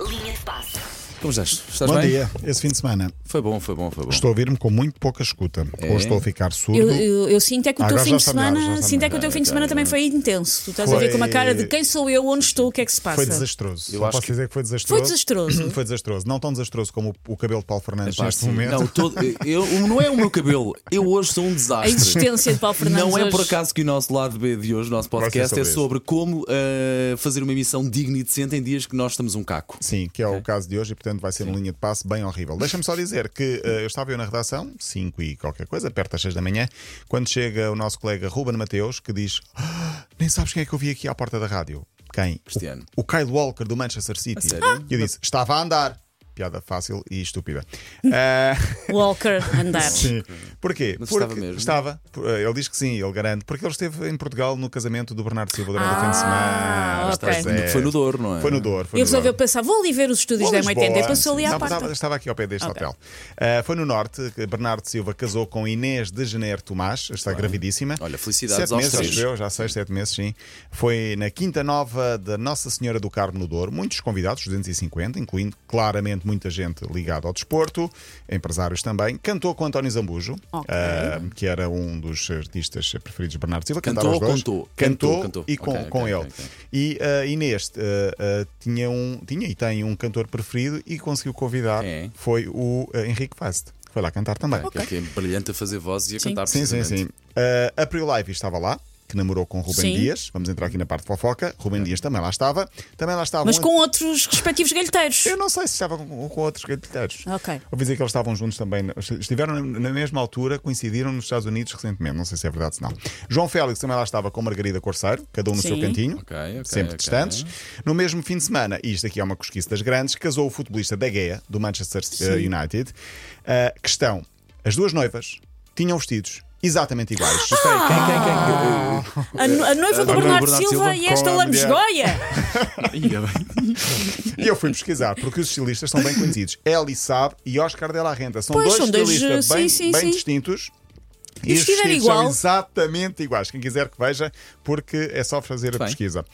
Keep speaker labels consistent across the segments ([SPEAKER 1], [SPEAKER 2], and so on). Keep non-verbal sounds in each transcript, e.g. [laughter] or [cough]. [SPEAKER 1] Espaço.
[SPEAKER 2] Como estás? Estás
[SPEAKER 3] Bom
[SPEAKER 2] bem?
[SPEAKER 3] dia. Esse fim de semana
[SPEAKER 2] Foi bom, foi bom, foi bom.
[SPEAKER 3] estou a ouvir-me com muito pouca escuta.
[SPEAKER 2] É?
[SPEAKER 3] Ou estou a ficar surdo.
[SPEAKER 4] Eu, eu- eu sinto é que o
[SPEAKER 3] Ah,
[SPEAKER 4] teu
[SPEAKER 3] agora
[SPEAKER 4] fim
[SPEAKER 3] já
[SPEAKER 4] de
[SPEAKER 3] está melhor, já
[SPEAKER 4] semana,
[SPEAKER 3] está
[SPEAKER 4] sinto é que o
[SPEAKER 2] melhor.
[SPEAKER 4] teu fim de semana também foi intenso. Tu estás a
[SPEAKER 3] Foi-
[SPEAKER 4] ver com uma cara de quem sou eu, onde estou, o que é que se passa.
[SPEAKER 3] Foi desastroso.
[SPEAKER 2] Eu
[SPEAKER 3] Só
[SPEAKER 2] acho
[SPEAKER 3] posso
[SPEAKER 2] que-
[SPEAKER 3] dizer que foi desastroso.
[SPEAKER 4] Foi
[SPEAKER 3] [clears throat]
[SPEAKER 4] desastroso?
[SPEAKER 3] foi desastroso. Não tão desastroso como o, o cabelo de Paulo Fernandes
[SPEAKER 2] Pá,
[SPEAKER 3] neste
[SPEAKER 2] sim.
[SPEAKER 3] momento.
[SPEAKER 2] Não, todo- eu, eu- não é o meu cabelo. Eu hoje sou um
[SPEAKER 4] A
[SPEAKER 2] desastre.
[SPEAKER 4] existência de Paulo Fernandes.
[SPEAKER 2] Não é por
[SPEAKER 4] hoje.
[SPEAKER 2] acaso que o nosso lado B de hoje, o nosso podcast,
[SPEAKER 3] Vai ser sobre
[SPEAKER 2] é sobre como eh, fazer uma emissão digna e decente em dias que nós estamos um caco.
[SPEAKER 3] Sim, que é o caso de hoje e, portanto, vai ser uma linha de passe bem horrível. Deixa-me só dizer que eh, eu estava eu na redação, 5 e qualquer coisa, perto das 6 da manhã, quando chega o nosso colega Ruben Mateus, que diz: "Ah, Nem sabes quem é que eu vi aqui à porta da rádio? Quem?
[SPEAKER 2] Cristiano.
[SPEAKER 3] O, o Kyle Walker do Manchester City.
[SPEAKER 2] sério?
[SPEAKER 3] E eu disse: Estava a andar. Piada fácil e
[SPEAKER 4] [laughs]
[SPEAKER 3] estúpida. Ah,
[SPEAKER 4] Walker andar.
[SPEAKER 3] Sim. Porquê?
[SPEAKER 2] Mas
[SPEAKER 3] Porque
[SPEAKER 2] estava mesmo?
[SPEAKER 3] estava. Por- eh, Ele diz que sim, ele garante. Porque ele esteve em Portugal no casamento do Bernardo Silva durante o fim de semana.
[SPEAKER 4] Ah, ok.
[SPEAKER 3] Pois é.
[SPEAKER 2] Foi no Douro, não é?
[SPEAKER 3] Foi no Douro. Foi
[SPEAKER 4] Ele
[SPEAKER 3] no Douro.
[SPEAKER 4] resolveu pensar, vou ali ver os estúdios
[SPEAKER 3] Ou
[SPEAKER 4] da M80 e
[SPEAKER 3] Lisboa.
[SPEAKER 4] passou ali à
[SPEAKER 3] Não, estava,
[SPEAKER 4] parte.
[SPEAKER 3] estava aqui ao pé deste
[SPEAKER 4] Ok.
[SPEAKER 3] hotel. Ah, foi no Norte que Bernardo Silva casou com Inês de Janeiro Tomás, está gravidíssima.
[SPEAKER 2] Olha, felicidades
[SPEAKER 3] sete
[SPEAKER 2] aos
[SPEAKER 3] meses,
[SPEAKER 2] três.
[SPEAKER 3] acho eu, já seis, sete meses, sim. Foi na Quinta Nova da Nossa Senhora do Carmo no Douro. Muitos convidados, 250, incluindo claramente muita gente ligada ao desporto, empresários também. Cantou com António Zambujo,
[SPEAKER 4] Ok.
[SPEAKER 3] ah, que era um dos artistas preferidos de Bernardo Silva.
[SPEAKER 2] Cantou
[SPEAKER 3] Cantaram
[SPEAKER 2] ou
[SPEAKER 3] os dois.
[SPEAKER 2] contou?
[SPEAKER 3] Cantou,
[SPEAKER 2] Cantou, cantou.
[SPEAKER 3] e com,
[SPEAKER 2] Ok,
[SPEAKER 3] com
[SPEAKER 2] ok,
[SPEAKER 3] ele.
[SPEAKER 2] ok.
[SPEAKER 3] E a Inês eh, eh, tinha, um, tinha e tem um cantor preferido e conseguiu convidar.
[SPEAKER 2] É.
[SPEAKER 3] Foi o eh, Henrique Fast, que foi lá cantar também.
[SPEAKER 2] Que é, que é brilhante a fazer vozes e a
[SPEAKER 4] Sim.
[SPEAKER 2] cantar.
[SPEAKER 3] Sim, sim, sim. Eh, a Prio Live estava lá, que namorou com Rubem
[SPEAKER 4] Sim.
[SPEAKER 3] Dias. Vamos entrar aqui na parte de fofoca. Rubem Dias também lá estava. Também lá estava.
[SPEAKER 4] Mas
[SPEAKER 3] um-
[SPEAKER 4] com outros respectivos galheteiros.
[SPEAKER 3] Eu não sei se estava com, com outros gatilheiros.
[SPEAKER 4] Ok.
[SPEAKER 3] Ouvi dizer que eles estavam juntos também. Estiveram na- na mesma altura, coincidiram nos Estados Unidos recentemente. Não sei se é verdade ou não. João Félix também lá estava com Margarida Corseiro, cada um no seu
[SPEAKER 4] Sim.
[SPEAKER 3] cantinho.
[SPEAKER 2] Ok, ok,
[SPEAKER 3] sempre
[SPEAKER 2] ok.
[SPEAKER 3] distantes. No mesmo fim de semana, e isto aqui é uma cosquice das grandes, casou o futebolista da Guia, do Manchester eh, United. Uh, questão: as duas noivas tinham vestidos exatamente
[SPEAKER 4] [laughs]
[SPEAKER 3] iguais. é
[SPEAKER 4] A, no-
[SPEAKER 2] a
[SPEAKER 4] a noiva do
[SPEAKER 2] noiva
[SPEAKER 4] Bernardo
[SPEAKER 2] Bernardo
[SPEAKER 4] Silva,
[SPEAKER 2] Silva
[SPEAKER 4] e esta
[SPEAKER 3] com a
[SPEAKER 4] lambisgoia.
[SPEAKER 2] Ainda bem.
[SPEAKER 3] E eu fui pesquisar, porque os estilistas são bem conhecidos. Eli Saab e Oscar de la Renta. São
[SPEAKER 4] Pois,
[SPEAKER 3] dois
[SPEAKER 4] são dois, eh,
[SPEAKER 3] estilistas
[SPEAKER 4] sim,
[SPEAKER 3] bem,
[SPEAKER 4] sim,
[SPEAKER 3] bem
[SPEAKER 4] sim.
[SPEAKER 3] distintos.
[SPEAKER 4] E
[SPEAKER 3] os
[SPEAKER 4] vestir era
[SPEAKER 3] vestidos são
[SPEAKER 4] igual.
[SPEAKER 3] exatamente iguais. Quem quiser que veja, porque é só fazer a
[SPEAKER 2] bem.
[SPEAKER 3] pesquisa.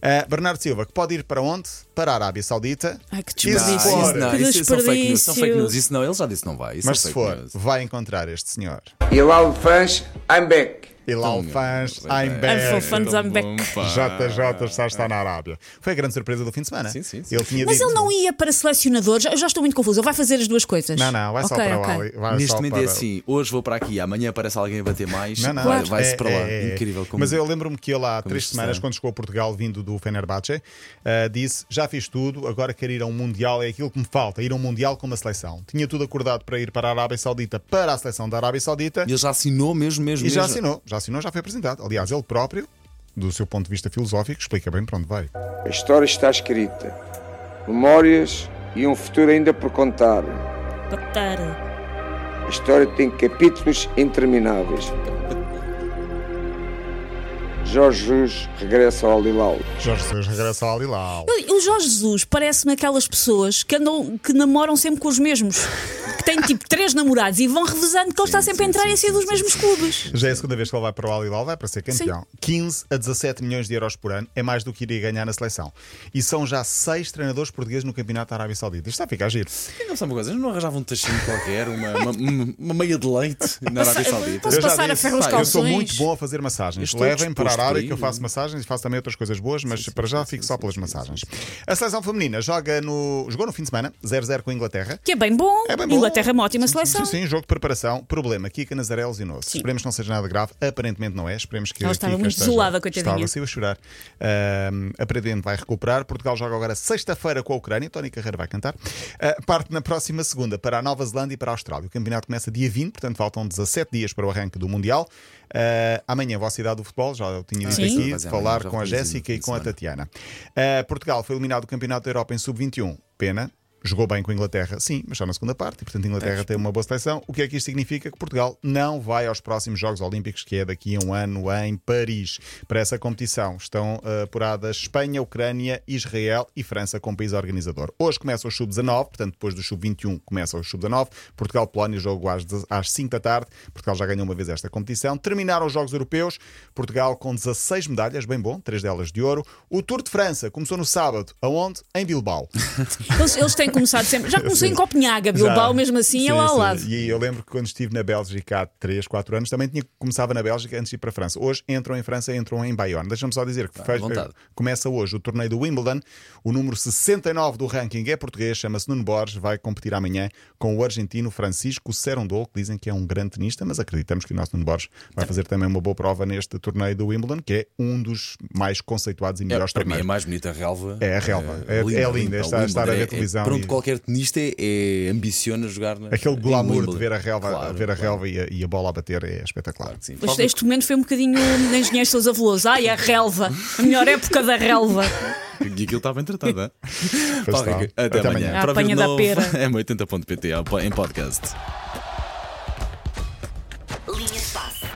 [SPEAKER 3] Ah, Bernardo Silva, que pode ir para onde? Para a Arábia Saudita.
[SPEAKER 4] Ai, que
[SPEAKER 3] E se for-
[SPEAKER 4] desperdício.
[SPEAKER 2] Ah, isso não,
[SPEAKER 4] Que
[SPEAKER 2] isso, isso são fake news. São fake
[SPEAKER 4] desperdício.
[SPEAKER 2] news. Isso não, ele já disse que não vai. Isso
[SPEAKER 3] Mas
[SPEAKER 2] são
[SPEAKER 3] se
[SPEAKER 2] fake
[SPEAKER 3] for,
[SPEAKER 2] news.
[SPEAKER 3] vai encontrar este senhor.
[SPEAKER 5] Hilal Fans, I'm back.
[SPEAKER 3] Hilal Fans, I'm
[SPEAKER 4] I'm
[SPEAKER 3] back.
[SPEAKER 4] for fun, I'm back.
[SPEAKER 3] JJ já está na Arábia. Foi a grande surpresa do fim de semana.
[SPEAKER 2] Sim, sim, sim.
[SPEAKER 3] Ele tinha
[SPEAKER 4] Mas
[SPEAKER 3] dito-
[SPEAKER 4] ele não ia para selecionadores. Eu já estou muito confusa. Ele vai fazer as duas coisas.
[SPEAKER 3] Não, não, vai só
[SPEAKER 4] Ok,
[SPEAKER 3] para o
[SPEAKER 4] ok.
[SPEAKER 3] Ali. vai
[SPEAKER 2] Neste
[SPEAKER 3] só
[SPEAKER 2] momento é
[SPEAKER 3] para-
[SPEAKER 2] assim, hoje vou para aqui, amanhã aparece alguém a bater mais,
[SPEAKER 3] Não, não,
[SPEAKER 2] vai-
[SPEAKER 3] é-
[SPEAKER 2] vai-se para lá.
[SPEAKER 3] é- é-
[SPEAKER 2] Incrível como.
[SPEAKER 3] Mas eu lembro-me que ele há três
[SPEAKER 2] isto é.
[SPEAKER 3] semanas,
[SPEAKER 2] está.
[SPEAKER 3] quando chegou a Portugal, vindo do Fenerbahçe, ah, disse: Já fiz tudo, agora quero ir a um Mundial, é aquilo que me falta, ir a um Mundial com uma seleção. Tinha tudo acordado para ir para a Arábia Saudita, para a seleção da Arábia Saudita,
[SPEAKER 2] Ele já assinou mesmo, mesmo.
[SPEAKER 3] e já
[SPEAKER 2] mesmo.
[SPEAKER 3] assinou, já assinou, já foi apresentado. Aliás, ele próprio, do seu ponto de vista filosófico, explica bem para onde vai.
[SPEAKER 5] A história está escrita. Memórias e um futuro ainda por contar.
[SPEAKER 4] Captar.
[SPEAKER 5] A história tem capítulos intermináveis. Jorge Jesus regressa ao Hilal.
[SPEAKER 3] Jorge Jesus regressa ao Lilau.
[SPEAKER 4] O Jorge Jesus parece-me aquelas pessoas que, andam, que namoram sempre com os mesmos. Que têm tipo três namorados e vão revezando que ele está sempre a entrar e a sair dos mesmos clubes.
[SPEAKER 3] Já é a segunda vez que ele vai para o Al Hilal, vai para ser campeão. 15 a 17 milhões de euros por ano é mais do que iria ganhar na seleção. E são já seis treinadores portugueses no Campeonato da Arábia Saudita. Isto está a ficar giro.
[SPEAKER 2] Quem não sabe uma coisa? Eles não arranjavam um tachinho qualquer, uma, uma, uma- uma meia de leite na Arábia Saudita.
[SPEAKER 4] Posso
[SPEAKER 3] Eu já
[SPEAKER 4] passar a
[SPEAKER 3] disse,
[SPEAKER 4] ferro nos
[SPEAKER 2] pá, eu
[SPEAKER 4] calções?
[SPEAKER 3] Sou muito bom a fazer massagens.
[SPEAKER 2] Estou
[SPEAKER 3] Levem para a
[SPEAKER 2] disposto
[SPEAKER 3] Arábia
[SPEAKER 2] por
[SPEAKER 3] que eu
[SPEAKER 2] aí.
[SPEAKER 3] faço massagens e faço também outras coisas boas, mas para já fico só pelas massagens. A seleção feminina joga no. jogou no fim de semana, 0-0 com a Inglaterra.
[SPEAKER 4] Que é bem bom.
[SPEAKER 3] É bem bom.
[SPEAKER 4] Inglaterra é uma ótima
[SPEAKER 3] Sim,
[SPEAKER 4] seleção.
[SPEAKER 3] Sim, sim, jogo de preparação. Problema, Kika Nazarelos e Nosso. Esperemos que não seja nada grave. Aparentemente não é. Esperemos que. a
[SPEAKER 4] Ela estava
[SPEAKER 3] Kika
[SPEAKER 4] muito
[SPEAKER 3] esteja-
[SPEAKER 4] desolada, coitadinha.
[SPEAKER 3] Estava saiu a chorar. Ahm, aparentemente vai recuperar. Portugal joga agora sexta-feira com a Ucrânia. Tony Carreira vai cantar. Ah, parte na próxima segunda para a Nova Zelândia e para a Austrália. O campeonato começa dia 20, portanto faltam 17 dias para o arranque do Mundial. Ah, amanhã vou à cidade do futebol, já eu tinha dito
[SPEAKER 4] Sim.
[SPEAKER 3] aqui,
[SPEAKER 2] Vai ser amanhã,
[SPEAKER 3] falar
[SPEAKER 2] já
[SPEAKER 3] com a
[SPEAKER 2] vou dizer no
[SPEAKER 3] Jéssica
[SPEAKER 2] fim
[SPEAKER 3] e
[SPEAKER 2] de
[SPEAKER 3] com a
[SPEAKER 2] semana.
[SPEAKER 3] Tatiana. Ah, Portugal foi eliminado do Campeonato da Europa em sub-21. Pena. jogou bem com a Inglaterra, sim, mas só na segunda parte, e portanto a Inglaterra tem uma boa seleção. O que é que isto significa? Que Portugal não vai aos próximos Jogos Olímpicos, que é daqui a um ano em Paris. Para essa competição estão eh, apuradas Espanha, Ucrânia, Israel e França como país organizador. Hoje começa o Sub-19, portanto depois do Sub-21 começa o Sub-19. Portugal-Polónia, jogo às, deze- às 5 da tarde. Portugal já ganhou uma vez esta competição. Terminaram os Jogos Europeus, Portugal com 16 medalhas, bem bom, três delas de ouro. O Tour de França começou no sábado, aonde? Em Bilbao.
[SPEAKER 4] Eles, eles têm começado sempre. Já começou em Copenhaga, Bilbao,
[SPEAKER 3] Já.
[SPEAKER 4] mesmo assim,
[SPEAKER 3] Tá. Sim,
[SPEAKER 4] é lá ao
[SPEAKER 3] sim.
[SPEAKER 4] lado.
[SPEAKER 3] E eu lembro que quando estive na Bélgica há 3, 4 anos, também tinha, começava na Bélgica antes de ir para a França. Hoje entram em França, entram em Bayonne. Deixa-me só dizer que fez-
[SPEAKER 2] Tá, vontade.
[SPEAKER 3] começa hoje o torneio do Wimbledon. O número 69 do ranking é português, chama-se Nuno Borges, vai competir amanhã com o argentino Francisco Serondolo, que dizem que é um grande tenista, mas acreditamos que o nosso Nuno Borges
[SPEAKER 2] Tá.
[SPEAKER 3] vai fazer também uma boa prova neste torneio do Wimbledon, que é um dos mais conceituados e
[SPEAKER 2] É,
[SPEAKER 3] melhores
[SPEAKER 2] para mim é
[SPEAKER 3] torneios.
[SPEAKER 2] mais bonita a relva. Eh,
[SPEAKER 3] É, a relva. É- é linda, está-
[SPEAKER 2] Wimbledon.
[SPEAKER 3] estar a ver
[SPEAKER 2] É- é-
[SPEAKER 3] televisão
[SPEAKER 2] Pronto,
[SPEAKER 3] e-
[SPEAKER 2] qualquer tenista é, é ambiciona jogar na.
[SPEAKER 3] Aquele
[SPEAKER 2] em
[SPEAKER 3] glamour de
[SPEAKER 2] Wimbledon.
[SPEAKER 3] ver a relva,
[SPEAKER 2] Claro,
[SPEAKER 3] ver a
[SPEAKER 2] claro.
[SPEAKER 3] relva e, a, e a bola a bater é espetacular.
[SPEAKER 2] Claro que sim.
[SPEAKER 4] Este, este momento foi um bocadinho de engenheiro Sousa Veloso. Ai, a relva. A melhor época da relva.
[SPEAKER 2] E aquilo estava entretado, é?
[SPEAKER 3] [laughs]
[SPEAKER 2] Paulo
[SPEAKER 3] está.
[SPEAKER 2] Rico, até,
[SPEAKER 3] Até
[SPEAKER 2] amanhã.
[SPEAKER 3] amanhã.
[SPEAKER 4] A
[SPEAKER 2] Para ver [laughs] de
[SPEAKER 4] apanha da
[SPEAKER 2] novo,
[SPEAKER 4] pera.
[SPEAKER 2] m80.pt em podcast.